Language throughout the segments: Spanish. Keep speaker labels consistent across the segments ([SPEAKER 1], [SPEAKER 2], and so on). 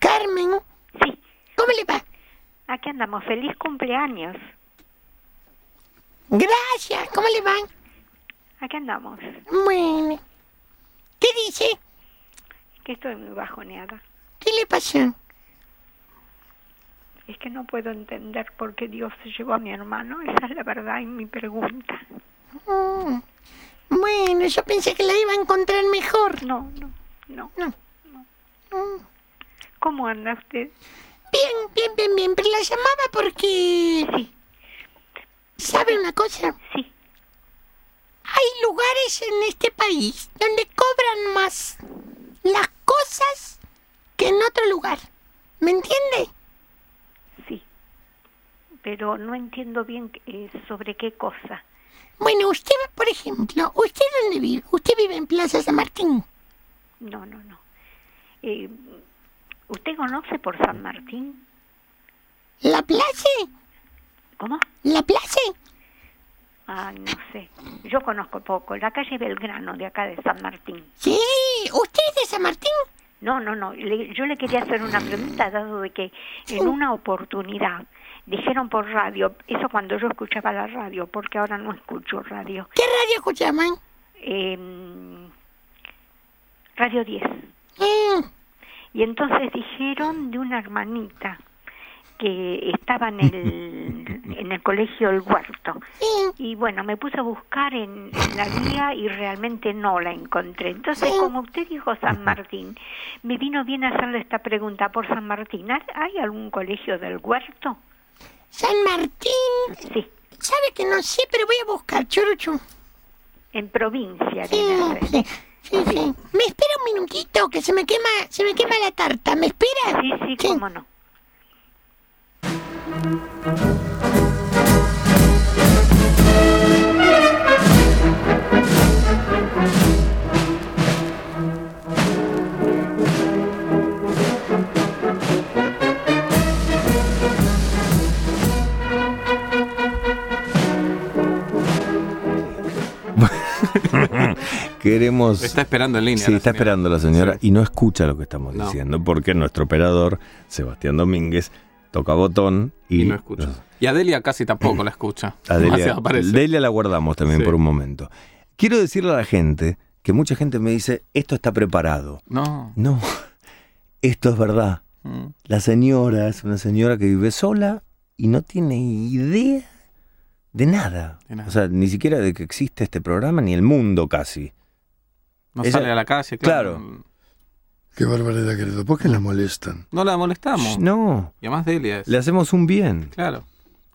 [SPEAKER 1] Carmen,
[SPEAKER 2] Sí,
[SPEAKER 1] ¿cómo le va?
[SPEAKER 2] aquí andamos. Feliz cumpleaños.
[SPEAKER 1] Gracias, ¿cómo le va?
[SPEAKER 2] Aquí andamos.
[SPEAKER 1] Bueno. ¿Qué dice?
[SPEAKER 2] Que estoy muy bajoneada.
[SPEAKER 1] ¿Qué le pasó?
[SPEAKER 2] Es que no puedo entender por qué Dios se llevó a mi hermano. Esa es la verdad y mi pregunta.
[SPEAKER 1] Mm. Bueno, yo pensé que la iba a encontrar mejor.
[SPEAKER 2] No, no, no.
[SPEAKER 1] No. Mm.
[SPEAKER 2] ¿Cómo anda usted?
[SPEAKER 1] Bien, bien, bien, bien, pero la llamaba porque...
[SPEAKER 2] Sí,
[SPEAKER 1] ¿Sabe una cosa?
[SPEAKER 2] sí.
[SPEAKER 1] Hay lugares en este país donde cobran más las cosas que en otro lugar. ¿Me entiende?
[SPEAKER 2] Sí. Pero no entiendo bien eh, sobre qué cosa.
[SPEAKER 1] Bueno, usted, por ejemplo, ¿usted dónde vive? Usted vive en Plaza San Martín.
[SPEAKER 2] No, no, no. Eh, ¿Usted conoce por San Martín?
[SPEAKER 1] ¿La Place?
[SPEAKER 2] ¿Cómo?
[SPEAKER 1] ¿La Place?
[SPEAKER 2] Ay, no sé. Yo conozco poco. La calle Belgrano, de acá de San Martín.
[SPEAKER 1] Sí, ¿usted es de San Martín?
[SPEAKER 2] No, no, no. Le- yo le quería hacer una pregunta, dado de que en una oportunidad dijeron por radio, eso cuando yo escuchaba la radio, porque ahora no escucho radio,
[SPEAKER 1] ¿Qué radio escuchaban?
[SPEAKER 2] eh, Radio 10.
[SPEAKER 1] Mm,
[SPEAKER 2] Y entonces dijeron de una hermanita que estaba en el, en el colegio El Huerto.
[SPEAKER 1] sí.
[SPEAKER 2] Y bueno, me puse a buscar en, en la guía y realmente no la encontré. Entonces,
[SPEAKER 1] Sí.
[SPEAKER 2] como usted dijo San Martín, me vino bien hacerle esta pregunta por San Martín. ¿Hay- ¿Hay algún colegio del huerto?
[SPEAKER 1] San Martín.
[SPEAKER 2] Sí,
[SPEAKER 1] Sabe que no sé, pero voy a buscar, Choruchu.
[SPEAKER 2] en provincia.
[SPEAKER 1] Sí,
[SPEAKER 2] viene a ser.
[SPEAKER 1] sí, sí, sí. ¿Me espera un minutito que se me quema, se me quema la tarta? ¿Me espera?
[SPEAKER 2] Sí, sí, cómo no.
[SPEAKER 3] Queremos.
[SPEAKER 4] Está esperando en línea.
[SPEAKER 3] Sí,
[SPEAKER 4] la
[SPEAKER 3] está
[SPEAKER 4] señora.
[SPEAKER 3] esperando la señora y no escucha lo que estamos
[SPEAKER 4] No.
[SPEAKER 3] diciendo porque nuestro operador, Sebastián Domínguez, toca botón y,
[SPEAKER 4] Y no escucha. Y Adelia casi tampoco la escucha.
[SPEAKER 3] A
[SPEAKER 4] Más se
[SPEAKER 3] Delia,
[SPEAKER 4] aparece.
[SPEAKER 3] Delia la guardamos también
[SPEAKER 4] Sí.
[SPEAKER 3] por un momento. Quiero decirle a la gente que mucha gente me dice, esto está preparado.
[SPEAKER 4] No.
[SPEAKER 3] No, esto es verdad.
[SPEAKER 4] Mm.
[SPEAKER 3] La señora es una señora que vive sola y no tiene idea de nada.
[SPEAKER 4] De nada.
[SPEAKER 3] O sea, ni siquiera de que existe este programa, ni el mundo casi.
[SPEAKER 4] No
[SPEAKER 3] Ella-
[SPEAKER 4] sale a la calle, claro.
[SPEAKER 5] Qué barbaridad, querido. ¿Por qué la molestan?
[SPEAKER 4] No la molestamos.
[SPEAKER 3] Sh, No,
[SPEAKER 4] Y además Delia es.
[SPEAKER 3] le hacemos un bien.
[SPEAKER 4] Claro.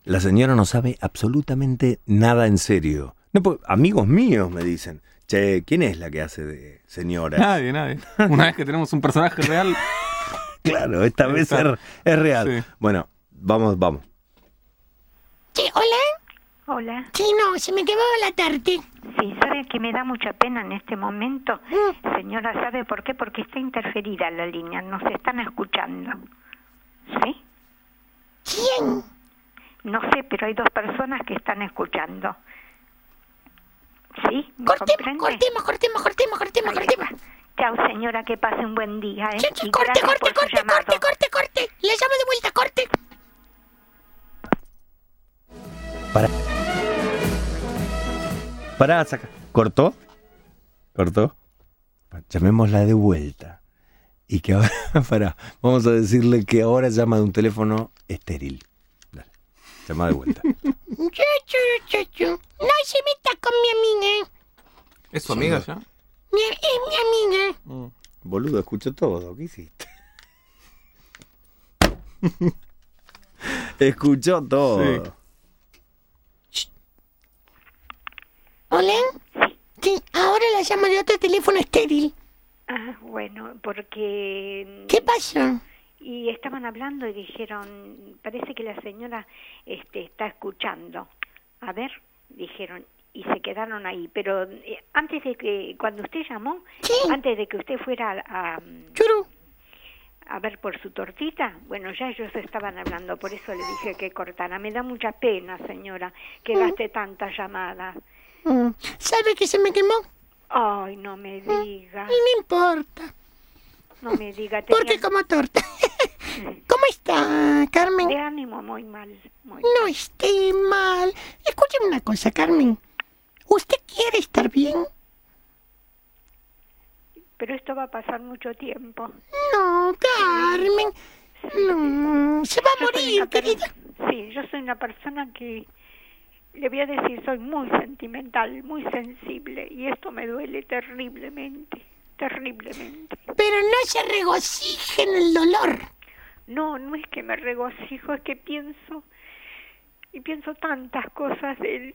[SPEAKER 3] La señora no sabe absolutamente nada en serio. No, pues, amigos míos me dicen, che, ¿quién es la que hace de señora?
[SPEAKER 4] Nadie, nadie. Una vez que tenemos un personaje real,
[SPEAKER 3] claro, esta vez es,
[SPEAKER 4] Está-
[SPEAKER 3] es real.
[SPEAKER 4] sí.
[SPEAKER 3] Bueno, vamos, vamos.
[SPEAKER 1] Sí, hola.
[SPEAKER 2] Hola.
[SPEAKER 1] Sí, no, se me quemaba la tarta.
[SPEAKER 2] Sí, sabe que me da mucha pena en este momento.
[SPEAKER 1] Mm.
[SPEAKER 2] Señora, ¿sabe por qué? Porque está interferida la línea. Nos están escuchando. ¿Sí?
[SPEAKER 1] ¿Quién?
[SPEAKER 2] No sé, pero hay dos personas que están escuchando. ¿Sí? ¿Me
[SPEAKER 1] Cortemos,
[SPEAKER 2] comprende?
[SPEAKER 1] cortemos, cortemos, cortemos, cortemos,
[SPEAKER 2] Ahí
[SPEAKER 1] cortemos.
[SPEAKER 2] está. Chao, señora, que pase un buen día. ¿eh?
[SPEAKER 1] Che, che,
[SPEAKER 2] Y
[SPEAKER 1] corte,
[SPEAKER 2] gracias por
[SPEAKER 1] corte,
[SPEAKER 2] su
[SPEAKER 1] corte,
[SPEAKER 2] llamado.
[SPEAKER 1] corte, corte, corte. Le llamo de vuelta, corte.
[SPEAKER 3] Pará, saca. ¿Cortó? ¿Cortó? Bueno, Llamémosla de vuelta. Y que ahora, pará, vamos a decirle que ahora llama de un teléfono estéril. Dale, llama de vuelta.
[SPEAKER 1] Yo, yo, yo, yo. No se meta con mi amiga.
[SPEAKER 4] ¿es su amiga ya?
[SPEAKER 1] Mi- es mi amiga.
[SPEAKER 3] Boludo, escucho todo. ¿Qué hiciste? Escuchó todo.
[SPEAKER 4] Sí.
[SPEAKER 1] ¿Hola? Sí, ahora la llamo de otro teléfono estéril.
[SPEAKER 2] Ah, bueno, porque...
[SPEAKER 1] ¿Qué pasó?
[SPEAKER 2] Y estaban hablando y dijeron, parece que la señora este, está escuchando. A ver, dijeron, y se quedaron ahí. Pero eh, antes de que, cuando usted llamó,
[SPEAKER 1] Sí.
[SPEAKER 2] antes de que usted fuera a, a-
[SPEAKER 1] Churu.
[SPEAKER 2] a ver por su tortita, bueno, ya ellos estaban hablando, por eso le dije que cortara. Me da mucha pena, señora, que gaste tantas llamadas.
[SPEAKER 1] Mm, ¿Sabe que se me quemó?
[SPEAKER 2] Ay, no me
[SPEAKER 1] Y
[SPEAKER 2] diga.
[SPEAKER 1] no importa.
[SPEAKER 2] No me diga,
[SPEAKER 1] Mm. Porque
[SPEAKER 2] tenía
[SPEAKER 1] como torta. ¿Cómo está, Carmen?
[SPEAKER 2] de ánimo muy mal. Muy
[SPEAKER 1] No esté mal. Escúcheme una cosa, Carmen. ¿Usted quiere estar bien?
[SPEAKER 2] Pero esto va a pasar mucho tiempo.
[SPEAKER 1] No, Carmen. No, se va a
[SPEAKER 2] Yo soy una
[SPEAKER 1] morir,
[SPEAKER 2] per-
[SPEAKER 1] querida.
[SPEAKER 2] Sí, yo soy una persona que, le voy a decir, soy muy sentimental, muy sensible, y esto me duele terriblemente, terriblemente.
[SPEAKER 1] Pero no se regocije en el dolor.
[SPEAKER 2] No, no es que me regocijo, es que pienso, y pienso tantas cosas de él,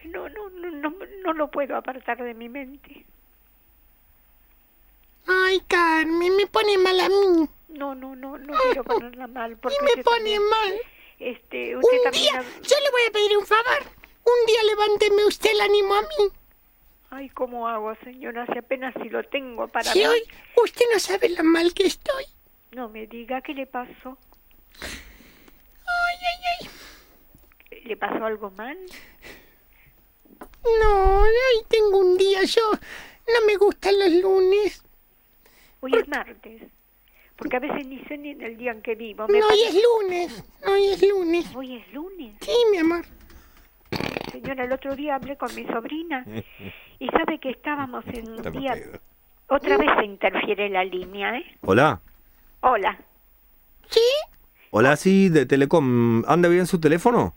[SPEAKER 2] que no, no, no, no, no lo puedo apartar de mi mente.
[SPEAKER 1] Ay, Carmen, me pone mal a mí.
[SPEAKER 2] No, no, no, no quiero ponerla mal, porque
[SPEAKER 1] Y
[SPEAKER 2] usted
[SPEAKER 1] me pone
[SPEAKER 2] también-
[SPEAKER 1] mal.
[SPEAKER 2] este, usted
[SPEAKER 1] Un
[SPEAKER 2] también...
[SPEAKER 1] día,
[SPEAKER 2] ha-
[SPEAKER 1] yo le voy a pedir un favor. Un día levánteme usted el ánimo a mí.
[SPEAKER 2] Ay, ¿cómo hago, señora? Si apenas si lo tengo para
[SPEAKER 1] Si
[SPEAKER 2] mí.
[SPEAKER 1] hoy usted no sabe lo mal que estoy.
[SPEAKER 2] No me diga qué le pasó.
[SPEAKER 1] Ay, ay, ay.
[SPEAKER 2] ¿Le pasó algo mal?
[SPEAKER 1] No, hoy tengo un día. Yo no me gustan los lunes.
[SPEAKER 2] Hoy es martes. Porque a veces ni sé ni en el día en que vivo. Me
[SPEAKER 1] No, hoy
[SPEAKER 2] parece-
[SPEAKER 1] es lunes. Hoy es lunes.
[SPEAKER 2] Hoy es lunes.
[SPEAKER 1] Sí, mi amor.
[SPEAKER 2] Señora, el otro día hablé con mi sobrina y sabe que estábamos en un día... Otra vez se interfiere la línea, ¿eh?
[SPEAKER 3] Hola.
[SPEAKER 2] Hola.
[SPEAKER 1] ¿Sí?
[SPEAKER 3] Hola, sí, de Telecom. ¿Anda bien su teléfono?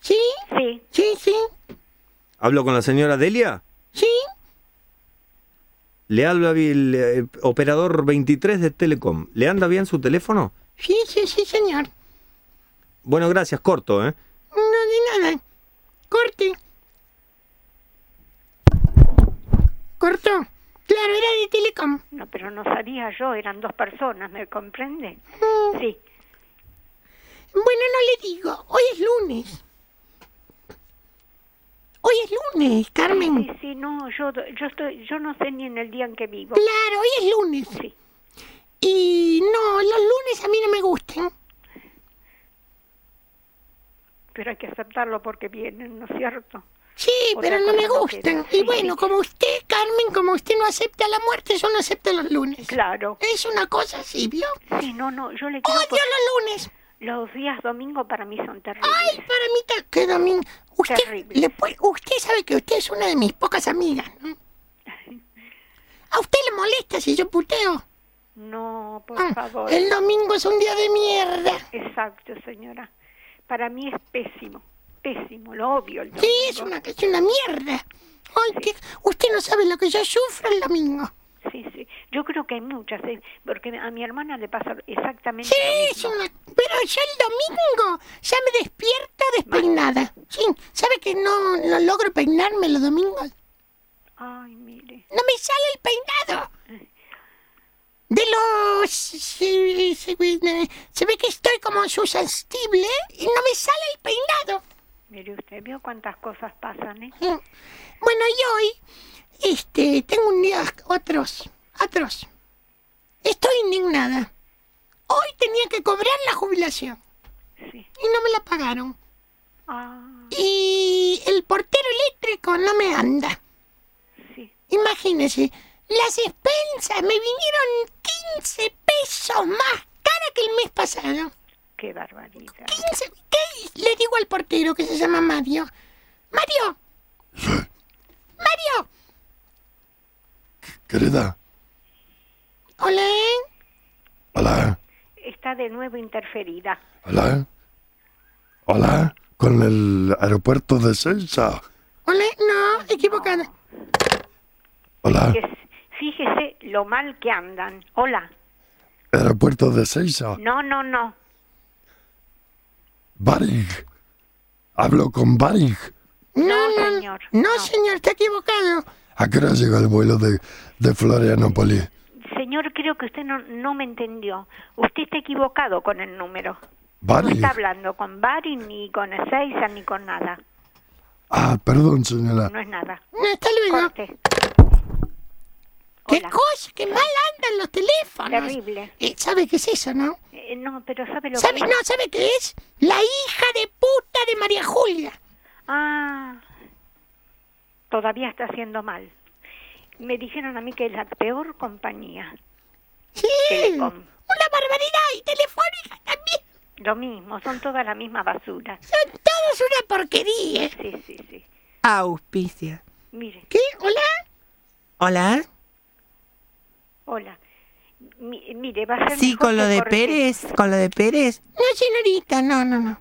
[SPEAKER 1] ¿Sí?
[SPEAKER 2] Sí,
[SPEAKER 1] ¿Sí? ¿Sí?
[SPEAKER 3] ¿Hablo con la señora Delia?
[SPEAKER 1] ¿Sí?
[SPEAKER 3] Le habla el eh, operador 23 de Telecom. ¿Le anda bien su teléfono?
[SPEAKER 1] Sí, sí, sí, señor.
[SPEAKER 3] Bueno, gracias, corto, ¿eh?
[SPEAKER 1] No de nada. Corte. Corto. Claro, era de Telecom.
[SPEAKER 2] no, pero no sabía yo, eran dos personas, ¿me comprende?
[SPEAKER 1] Mm,
[SPEAKER 2] Sí,
[SPEAKER 1] Bueno, no le digo. Hoy es lunes. Hoy es lunes,
[SPEAKER 2] sí,
[SPEAKER 1] Carmen.
[SPEAKER 2] sí, no, yo, yo, estoy, yo no sé ni en el día en que vivo.
[SPEAKER 1] Claro, hoy es lunes.
[SPEAKER 2] Sí,
[SPEAKER 1] Y no, los lunes a mí no me gustan.
[SPEAKER 2] pero hay que aceptarlo porque vienen, ¿no es cierto?
[SPEAKER 1] Sí,
[SPEAKER 2] Otra
[SPEAKER 1] pero no me
[SPEAKER 2] cosa no
[SPEAKER 1] gustan.
[SPEAKER 2] queda.
[SPEAKER 1] Y
[SPEAKER 2] Sí,
[SPEAKER 1] bueno,
[SPEAKER 2] sí.
[SPEAKER 1] como usted, Carmen, como usted no acepta la muerte, yo no acepto los lunes.
[SPEAKER 2] Claro.
[SPEAKER 1] Es una cosa así, ¿vio?
[SPEAKER 2] Sí, no, no, pues, yo le quiero...
[SPEAKER 1] Odio
[SPEAKER 2] por-
[SPEAKER 1] los lunes.
[SPEAKER 2] Los días domingo para mí son terribles.
[SPEAKER 1] Ay, para mí ta- que domingo. Usted,
[SPEAKER 2] Terrible.
[SPEAKER 1] le puede- usted sabe que usted es una de mis pocas amigas, ¿no? ¿A usted le molesta si yo puteo?
[SPEAKER 2] No, por
[SPEAKER 1] Ah,
[SPEAKER 2] favor.
[SPEAKER 1] el domingo es un día de mierda.
[SPEAKER 2] Exacto, señora. Para mí es pésimo, pésimo, lo obvio el
[SPEAKER 1] Sí,
[SPEAKER 2] domingo.
[SPEAKER 1] es una, es una mierda. Ay, que usted no sabe lo que yo sufro el domingo.
[SPEAKER 2] Sí, sí. Yo creo que hay muchas, ¿eh? porque a mi hermana le pasa exactamente
[SPEAKER 1] Sí,
[SPEAKER 2] lo
[SPEAKER 1] es
[SPEAKER 2] mismo.
[SPEAKER 1] una... Pero yo el domingo ya me despierto despeinada. Sí, ¿sabe que no, no logro peinarme los domingos?
[SPEAKER 2] Ay, mire.
[SPEAKER 1] No me sale el peinado. De los... Se, se ve- se ve que estoy como susceptible y no me sale el peinado.
[SPEAKER 2] Mire usted, veo cuántas cosas pasan, ¿eh?
[SPEAKER 1] Mm. Bueno, y hoy, este, tengo un día atroz, atroz. Estoy indignada. Hoy tenía que cobrar la jubilación
[SPEAKER 2] Sí.
[SPEAKER 1] y no me la pagaron.
[SPEAKER 2] Ah,
[SPEAKER 1] Y el portero eléctrico no me anda.
[SPEAKER 2] sí.
[SPEAKER 1] Imagínense, las expensas me vinieron 15 pesos más cara que el mes pasado.
[SPEAKER 2] Qué barbaridad.
[SPEAKER 1] 15, ¿qué? Le digo al portero que se llama Mario. Mario, Mario,
[SPEAKER 5] Querida,
[SPEAKER 1] hola.
[SPEAKER 5] hola,
[SPEAKER 2] Está de nuevo interferida.
[SPEAKER 5] hola, hola, con el aeropuerto de Celsa.
[SPEAKER 1] Hola, no, equivocada.
[SPEAKER 5] Hola,
[SPEAKER 2] Que s- Fíjese lo mal que andan. Hola.
[SPEAKER 5] aeropuerto de Celsa.
[SPEAKER 2] No, no, no.
[SPEAKER 5] Baring. Hablo con Baring.
[SPEAKER 1] No,
[SPEAKER 2] No,
[SPEAKER 1] no,
[SPEAKER 2] señor,
[SPEAKER 1] No,
[SPEAKER 2] no.
[SPEAKER 1] señor, está equivocado.
[SPEAKER 5] ¿A qué hora llega el vuelo de, de Florianópolis?
[SPEAKER 2] Señor, creo que usted no, no me entendió. Usted está equivocado con el número. No
[SPEAKER 5] Baring.
[SPEAKER 2] está hablando con Bari, ni con Ezeiza, ni con nada.
[SPEAKER 5] Ah, perdón, señora.
[SPEAKER 2] No es nada.
[SPEAKER 1] No, hasta luego.
[SPEAKER 2] Corte.
[SPEAKER 1] Qué
[SPEAKER 2] Hola.
[SPEAKER 1] cosa, qué mal andan los teléfonos.
[SPEAKER 2] Terrible.
[SPEAKER 1] Eh, ¿Sabe qué es eso, no?
[SPEAKER 2] Eh, no, pero ¿sabe lo
[SPEAKER 1] ¿Sabe,
[SPEAKER 2] que es?
[SPEAKER 1] no, ¿sabe qué es? La hija de puta de María Julia.
[SPEAKER 2] Ah, todavía está haciendo mal. Me dijeron a mí que es la peor compañía. Telecom.
[SPEAKER 1] Una barbaridad y telefónica también.
[SPEAKER 2] Lo mismo, son todas la misma basura.
[SPEAKER 1] Son todas una porquería.
[SPEAKER 2] Sí, sí, sí.
[SPEAKER 1] Auspicia.
[SPEAKER 2] Mire,
[SPEAKER 1] ¿Qué? ¿Hola? ¿Hola?
[SPEAKER 2] hola. Mi- mire, va a ser.
[SPEAKER 6] Sí,
[SPEAKER 2] mejor
[SPEAKER 6] con lo
[SPEAKER 2] que
[SPEAKER 6] de
[SPEAKER 2] corte-
[SPEAKER 6] Pérez, con lo de Pérez.
[SPEAKER 1] No, señorita, no, no, no.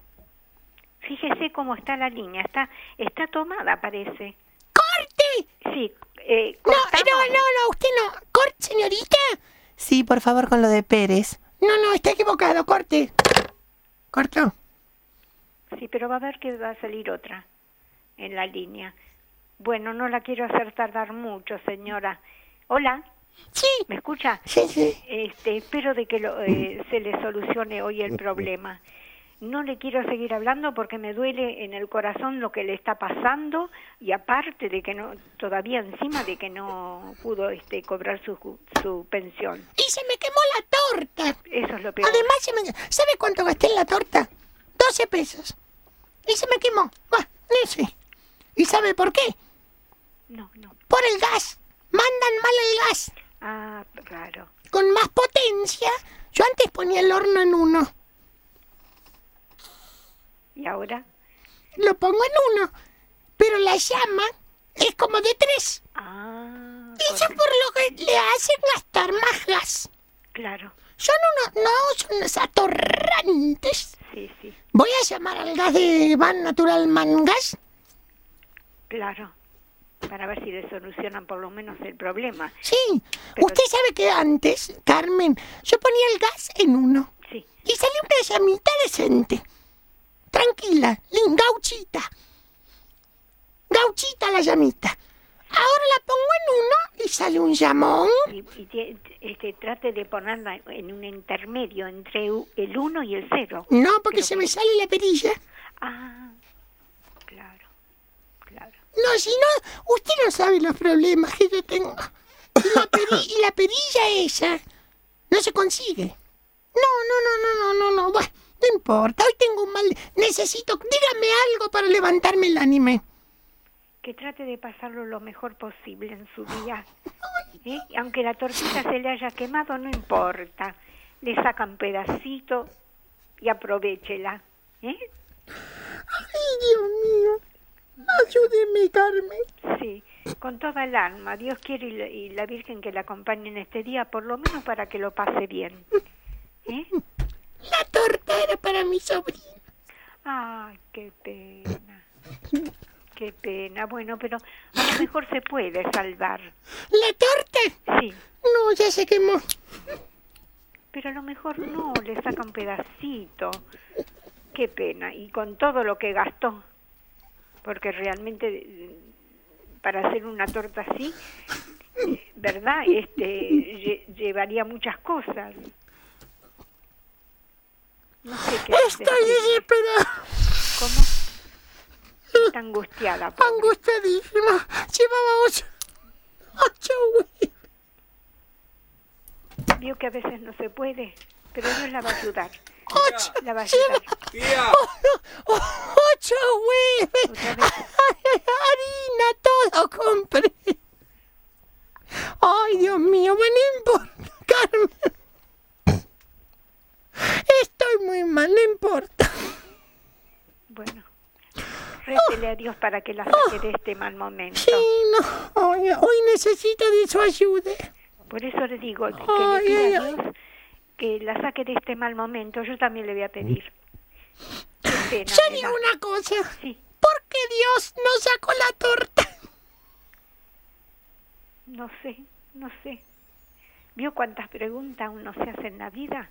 [SPEAKER 2] Fíjese cómo está la línea, está está tomada, parece.
[SPEAKER 1] ¡Corte!
[SPEAKER 2] Sí, eh,
[SPEAKER 1] No,
[SPEAKER 2] cortamos.
[SPEAKER 1] no, no, no, usted no. ¿Corte, señorita?
[SPEAKER 6] Sí, por favor, con lo de Pérez.
[SPEAKER 1] No, no, está equivocado, corte. Corto.
[SPEAKER 2] Sí, pero va a ver que va a salir otra en la línea. Bueno, no la quiero hacer tardar mucho, señora. Hola,
[SPEAKER 1] Sí,
[SPEAKER 2] ¿me escucha?
[SPEAKER 1] sí, sí.
[SPEAKER 2] Este, espero de que lo- eh, se le solucione hoy el problema. No le quiero seguir hablando porque me duele en el corazón lo que le está pasando y aparte de que no, todavía encima de que no pudo este, cobrar su, ju- su pensión.
[SPEAKER 1] Y se me quemó la torta.
[SPEAKER 2] Eso es lo peor.
[SPEAKER 1] Además, se me... ¿sabe cuánto gasté en la torta? 12 pesos. Y se me quemó. Bah, no sé. ¿Y sabe por qué?
[SPEAKER 2] No, no.
[SPEAKER 1] Por el gas. Mandan mal el gas.
[SPEAKER 2] Ah, claro.
[SPEAKER 1] Con más potencia. Yo antes ponía el horno en uno.
[SPEAKER 2] ¿Y ahora?
[SPEAKER 1] Lo pongo en uno. Pero la llama es como de tres.
[SPEAKER 2] Ah,
[SPEAKER 1] Y eso por lo que le hacen gastar más gas.
[SPEAKER 2] claro.
[SPEAKER 1] Son unos, no, son unos atorrantes.
[SPEAKER 2] Sí, sí,
[SPEAKER 1] Voy a llamar al gas de Van Natural Mangas.
[SPEAKER 2] claro. Para ver si le solucionan por lo menos el problema.
[SPEAKER 1] Sí,
[SPEAKER 2] Pero-
[SPEAKER 1] usted sabe que antes, Carmen, yo ponía el gas en uno
[SPEAKER 2] Sí,
[SPEAKER 1] y salía una llamita decente. Tranquila, lin- gauchita. Gauchita la llamita. Ahora la pongo en uno y sale un llamón.
[SPEAKER 2] y, y tie- este, trate de ponerla en un intermedio entre u- el 1 y el 0.
[SPEAKER 1] No, porque se me sale la perilla.
[SPEAKER 2] Ah, claro, claro.
[SPEAKER 1] No, si no, usted no sabe los problemas que yo tengo. Y la, peri- y la perilla esa no se consigue. No, no, no, no, no, no, no. Bueno, no importa, hoy tengo un mal... Necesito, dígame algo para levantarme el anime.
[SPEAKER 2] Que trate de pasarlo lo mejor posible en su día. ¿eh? Aunque la tortita se le haya quemado, no importa. Le saca un pedacito y aprovechela. ¿eh?
[SPEAKER 1] Ay, Dios mío. Ayúdeme, Carmen.
[SPEAKER 2] Sí, con toda el alma. Dios quiere y la, y la Virgen que la acompañe en este día, por lo menos para que lo pase bien. ¿Eh?
[SPEAKER 1] La torta era para mi sobrino.
[SPEAKER 2] Ay, qué pena. Qué pena. Bueno, pero a lo mejor se puede salvar.
[SPEAKER 1] ¿La torta?
[SPEAKER 2] Sí,
[SPEAKER 1] No, ya se quemó.
[SPEAKER 2] pero a lo mejor no, le saca un pedacito. Qué pena. Y con todo lo que gastó. Porque realmente eh, para hacer una torta así, eh, ¿verdad? Este lle- llevaría muchas cosas. No sé qué hacer.
[SPEAKER 1] Estoy desesperada,
[SPEAKER 2] ¿Cómo? Está angustiada. pobre.
[SPEAKER 1] angustiadísima. Llevaba ocho... Ocho huevos.
[SPEAKER 2] Vio que a veces no se puede, pero Dios la va a ayudar.
[SPEAKER 1] Ocho.
[SPEAKER 2] La va a ayudar.
[SPEAKER 1] Ocho huevos.
[SPEAKER 2] Otra vez.
[SPEAKER 1] Harina, todo compré. Ay, Dios mío, bueno, no importa, Carmen. Estoy muy mal, no importa.
[SPEAKER 2] Bueno, réstele a Dios para que la saque de este mal momento.
[SPEAKER 1] Sí, no, hoy, hoy necesito de su ayuda.
[SPEAKER 2] Por eso le digo que le
[SPEAKER 1] Ay, ay,
[SPEAKER 2] pida a
[SPEAKER 1] ay.
[SPEAKER 2] Dios que la saque de este mal momento. Yo también le voy a pedir. Qué pena.
[SPEAKER 1] Yo
[SPEAKER 2] me
[SPEAKER 1] digo
[SPEAKER 2] da.
[SPEAKER 1] una cosa,
[SPEAKER 2] Sí,
[SPEAKER 1] ¿por qué Dios no sacó la torta?
[SPEAKER 2] no sé, no sé. ¿Vio cuántas preguntas uno se hace en la vida?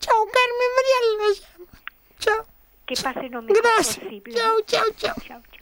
[SPEAKER 1] Chao, Carmen Brial, nos llama. Chao,
[SPEAKER 2] Que pase lo mejor
[SPEAKER 1] gracias.
[SPEAKER 2] posible.
[SPEAKER 1] Chao, chao, chao.
[SPEAKER 2] Chao, chao.